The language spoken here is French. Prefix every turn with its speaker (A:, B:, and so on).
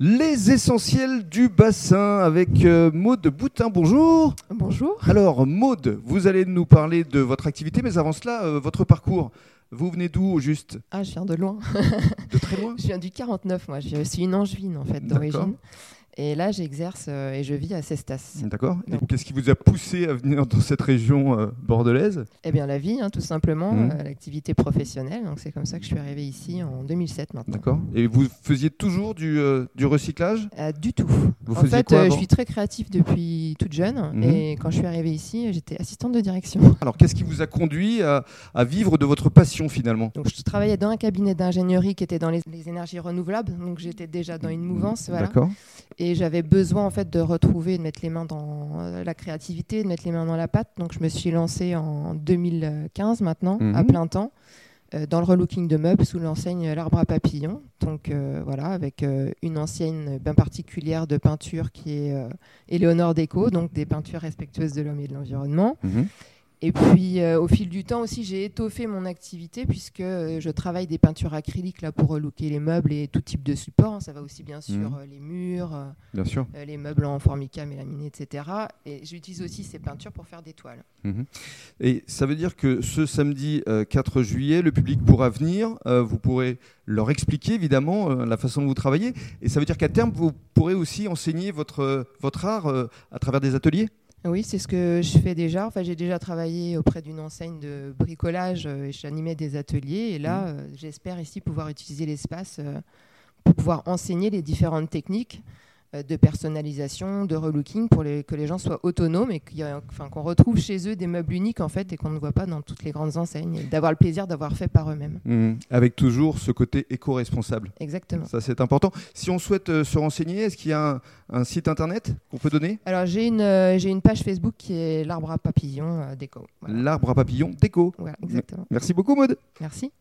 A: Les essentiels du bassin avec euh, Maude Boutin, bonjour.
B: Bonjour.
A: Alors Maude, vous allez nous parler de votre activité, mais avant cela, euh, votre parcours. Vous venez d'où au juste
B: Ah, je viens de loin.
A: De très loin
B: je viens du 49, moi. Je suis une angevine, en fait,
A: D'accord. Mm.
B: d'origine. Et là, j'exerce euh, et je vis à Cestas.
A: D'accord. Et
B: Non.
A: Qu'est-ce qui vous a poussé à venir dans cette région euh, bordelaise
B: Eh bien, la vie, hein, tout simplement,
A: Mhm.
B: euh, l'activité professionnelle. Donc, c'est comme ça que je suis arrivée ici en 2007 maintenant.
A: D'accord. Et vous faisiez toujours du, euh, du recyclage
B: Euh, du tout.
A: Vous
B: en
A: faisiez
B: fait,
A: quoi
B: euh, je
A: avant
B: suis très créative depuis toute jeune.
A: Mhm.
B: Et quand je suis arrivée ici, j'étais assistante de direction.
A: Alors qu'est-ce qui vous a conduit à, à vivre de votre passion finalement
B: Donc, je travaillais dans un cabinet d'ingénierie qui était dans les, les énergies renouvelables. Donc, j'étais déjà dans une mouvance. Voilà.
A: D'accord.
B: Et j'avais besoin en fait de retrouver, de mettre les mains dans euh, la créativité, de mettre les mains dans la pâte. Donc je me suis lancée en 2015 maintenant,
A: Mhm.
B: à plein temps, euh, dans le relooking de meubles sous l'enseigne L'Arbre à Papillon. Donc euh, voilà, avec euh, une ancienne bien particulière de peinture qui est euh, Éléonore Déco, donc des peintures respectueuses de l'homme et de l'environnement.
A: Mhm.
B: Et puis euh, au fil du temps aussi, j'ai étoffé mon activité puisque euh, je travaille des peintures acryliques là pour relooker les meubles et tout type de support. hein. Ça va aussi bien sûr
A: Mhm.
B: euh, les murs. euh,
A: Bien sûr.
B: euh, les meubles en formica, mélaminés, etc. Et j'utilise aussi ces peintures pour faire des toiles.
A: Mhm. Et ça veut dire que ce samedi euh, 4 juillet, le public pourra venir, euh, vous pourrez leur expliquer évidemment euh, la façon dont vous travaillez, et ça veut dire qu'à terme, vous pourrez aussi enseigner votre, euh, votre art euh, à travers des ateliers
B: Oui, c'est ce que je fais déjà. Enfin, j'ai déjà travaillé auprès d'une enseigne de bricolage euh, et j'animais des ateliers. Et là, euh, j'espère ici pouvoir utiliser l'espace euh, pour pouvoir enseigner les différentes techniques euh, de personnalisation, de relooking, pour les- que les gens soient autonomes et qu'il y a- enfin, qu'on retrouve chez eux des meubles uniques en fait et qu'on ne voit pas dans toutes les grandes enseignes. Et D'avoir le plaisir d'avoir fait par eux-mêmes.
A: Avec toujours ce côté éco-responsable.
B: Exactement.
A: Ça, c'est important. Si on souhaite euh, se renseigner, est-ce qu'il y a un, un site internet qu'on peut donner
B: Alors j'ai une, euh, j'ai une page Facebook qui est l'arbre à papillons euh, déco. Voilà.
A: L'arbre à papillon déco.
B: Voilà, exactement.
A: Merci beaucoup, Maud.
B: Merci.